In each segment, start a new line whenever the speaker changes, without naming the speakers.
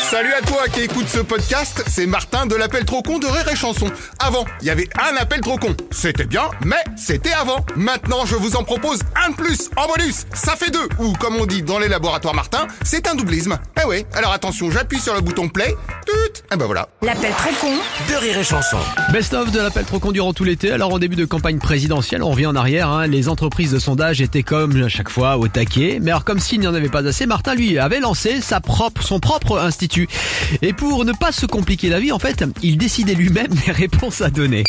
Salut à toi qui écoute ce podcast, c'est Martin de l'appel trop con de Rire et Chanson. Avant, il y avait un appel trop con. C'était bien, mais c'était avant. Maintenant, je vous en propose un de plus en bonus. Ça fait deux, ou comme on dit dans les laboratoires Martin, c'est un doublisme. Eh ouais, alors attention, j'appuie sur le bouton play. Tut Et ben voilà.
L'appel très con
De Rire et Chanson.
Best-of de l'appel trop con durant tout l'été. Alors, en début de campagne présidentielle, on revient en arrière. hein. Les entreprises de sondage étaient comme à chaque fois au taquet. Mais alors, comme s'il n'y en avait pas assez, Martin, lui, avait lancé sa propre, son propre institut. Et pour ne pas se compliquer la vie, en fait, il décidait lui-même des réponses à donner.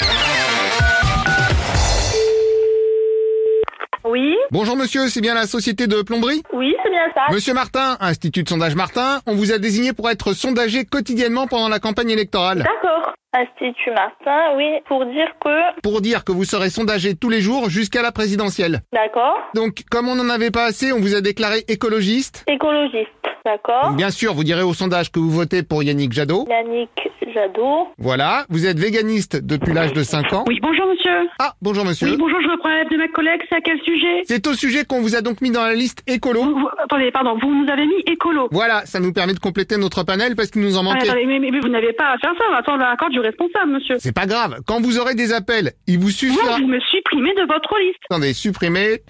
Oui,
Bonjour monsieur, c'est bien la société de plomberie
oui, c'est bien ça.
Monsieur Martin, Institut de sondage Martin, on vous a désigné pour être sondagé quotidiennement pendant la campagne électorale.
D'accord. Institut Martin, oui, pour dire que...
Pour dire que vous serez sondagé tous les jours jusqu'à la présidentielle.
D'accord.
Donc, comme on n'en avait pas assez, on vous a déclaré écologiste.
Écologiste, d'accord.
Bien sûr, vous direz au sondage que vous votez pour Yannick Jadot.
Yannick Jadot.
Voilà, vous êtes véganiste depuis l'âge de 5 ans.
Oui, bonjour monsieur.
Ah, bonjour monsieur.
Oui, bonjour, je reprends la lettre de ma collègue, c'est à quel sujet
C'est au sujet qu'on vous a donc mis dans la liste écolo.
Vous- vous- Attendez, pardon, vous nous avez mis écolo.
Voilà, ça nous permet de compléter notre panel parce qu'il nous en
Ah,
manquait.
attendez, mais, mais- mais vous n'avez pas à faire ça, on va attendre l'accord du responsable, monsieur.
C'est pas grave, quand vous aurez des appels, il vous
Moi,
suffira...
vous me supprimez de votre liste.
Attendez, supprimer...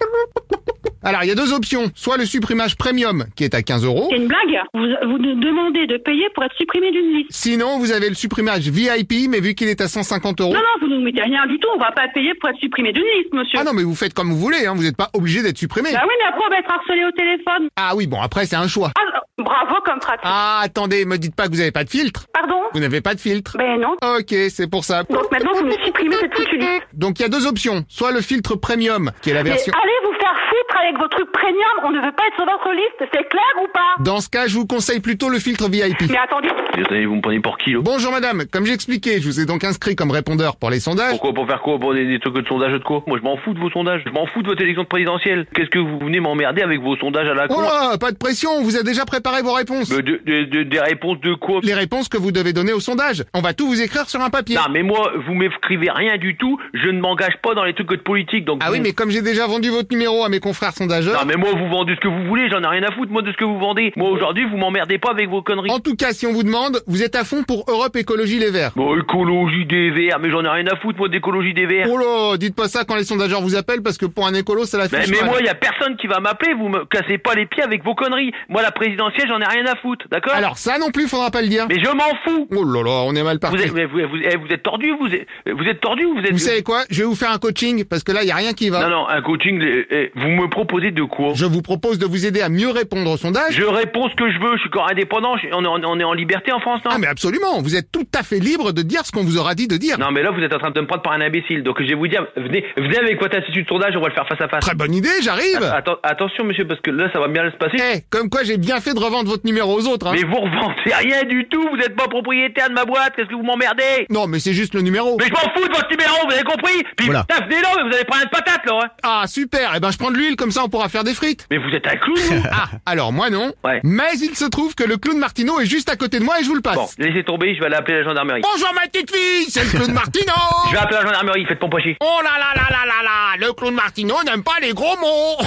Alors, il y a deux options. Soit le supprimage premium, qui est à 15 euros.
C'est une blague vous, vous nous demandez de payer pour être supprimé d'une liste.
Sinon, vous avez le supprimage VIP, mais vu qu'il est à 150 euros...
Non, non, vous ne nous mettez rien du tout, on va pas payer pour être supprimé d'une liste, monsieur.
Ah non, mais vous faites comme vous voulez, hein. vous n'êtes pas obligé d'être supprimé.
Bah oui, mais après on va être harcelé au téléphone.
Ah oui, bon, après, c'est un choix.
Ah, bravo comme pratique.
Ah, attendez, me dites pas que vous avez pas de filtre.
Pardon
Vous n'avez pas de filtre.
Ben non.
Ok, c'est pour ça.
Donc maintenant vous me supprimez cette foutue liste.
Donc il y a deux options. Soit le filtre premium, qui est la
Mais ah.
version...
allez vous faire foutre avec vos trucs premium, on ne veut pas être sur votre liste, c'est clair ou pas
Dans ce cas, je vous conseille plutôt le filtre VIP.
Mais ah. attendez,
Mais attendez, vous me prenez pour qui là
Bonjour madame, comme j'expliquais, je vous ai donc inscrit comme répondeur pour les sondages.
Oh,
Pourquoi Pour faire quoi Pour des, des trucs de sondage de quoi Moi je m'en fous de vos sondages, je m'en fous de votre élection de présidentielle. Qu'est-ce que vous venez m'emmerder avec vos sondages à la con
Oh là, pas de pression, on vous a déjà préparé vos réponses.
Mais de- de- de- Des réponses de quoi
Les réponses que vous devez donner au sondage. On va tout vous écrire sur un papier.
Non mais moi, vous m'écrivez rien du tout, je ne m'engage pas dans les trucs de politique donc...
Ah oui,
vous-
mais comme j'ai déjà vendu votre numéro à mes confrères
Non
sondageurs...
mais moi vous vendez ce que vous voulez, j'en ai rien à foutre moi de ce que vous vendez. Moi aujourd'hui vous m'emmerdez pas avec vos conneries.
En tout cas, si on vous demande, vous êtes à fond pour Europe Écologie Les Verts.
Bon écologie des verts, mais j'en ai rien à foutre moi d'écologie des verts.
Oh là, dites pas ça quand les sondageurs vous appellent parce que pour un écolo, ça la
Mais,
fiche
Ben, mais
mal.
moi, il y a personne qui va m'appeler. Vous me cassez pas les pieds avec vos conneries. Moi, la présidentielle, j'en ai rien à foutre, d'accord
Alors ça non plus, faudra pas le dire.
Mais je m'en fous.
Oh là là, on est mal
Vous
parti.
êtes, mais vous, vous- eh, vous êtes tordu. Vous êtes, vous êtes tordu. ou Vous êtes.
Vous savez quoi Je vais vous faire un coaching parce que là, il y a rien qui va.
Non, non, un coaching. les- eh, Vous me proposez de quoi
Je vous propose de vous aider à mieux répondre au sondage.
Je réponds ce que je veux. Je suis encore indépendant. je- on, est, en- on est en liberté en France, non
Ah mais absolument, vous êtes tout à fait libre de dire ce qu'on vous aura dit de dire.
Non, mais là, vous êtes en train de me prendre par un imbécile. Donc, je vais vous dire, venez, venez avec votre attitude de sondage. On va le faire face à face.
Très bonne idée, j'arrive.
Atten- attention, monsieur, parce que là, ça va bien se passer.
Eh, comme quoi j'ai bien fait de revendre votre numéro aux autres. hein.
Mais vous revendez rien du tout. Vous n'êtes pas propriétaire de ma boîte. Qu'est-ce que vous m'emmerdez
Non, mais c'est juste le numéro.
Mais je m'en fous de votre numéro, vous avez compris Puis
Voilà.
putain, venez là, mais vous allez prendre une patate là hein.
Ah super, eh ben je prends de l'huile comme ça on pourra faire des frites.
Mais vous êtes un clown vous
Ah, alors moi non.
Ouais.
Mais il se trouve que le clown Martino est juste à côté de moi et je vous le passe.
Bon, laissez tomber, je vais aller appeler la gendarmerie.
Bonjour ma petite fille, c'est le clown Martino.
Je vais appeler la gendarmerie, faites ton pocher.
Oh là là là là là là, le clown Martino n'aime pas les gros mots.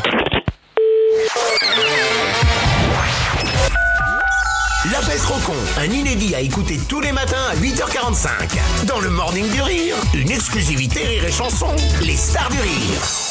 L'appel trop con, un inédit à écouter tous les matins à 8h45. Dans le Morning du Rire, une exclusivité Rire et Chanson, les stars du rire.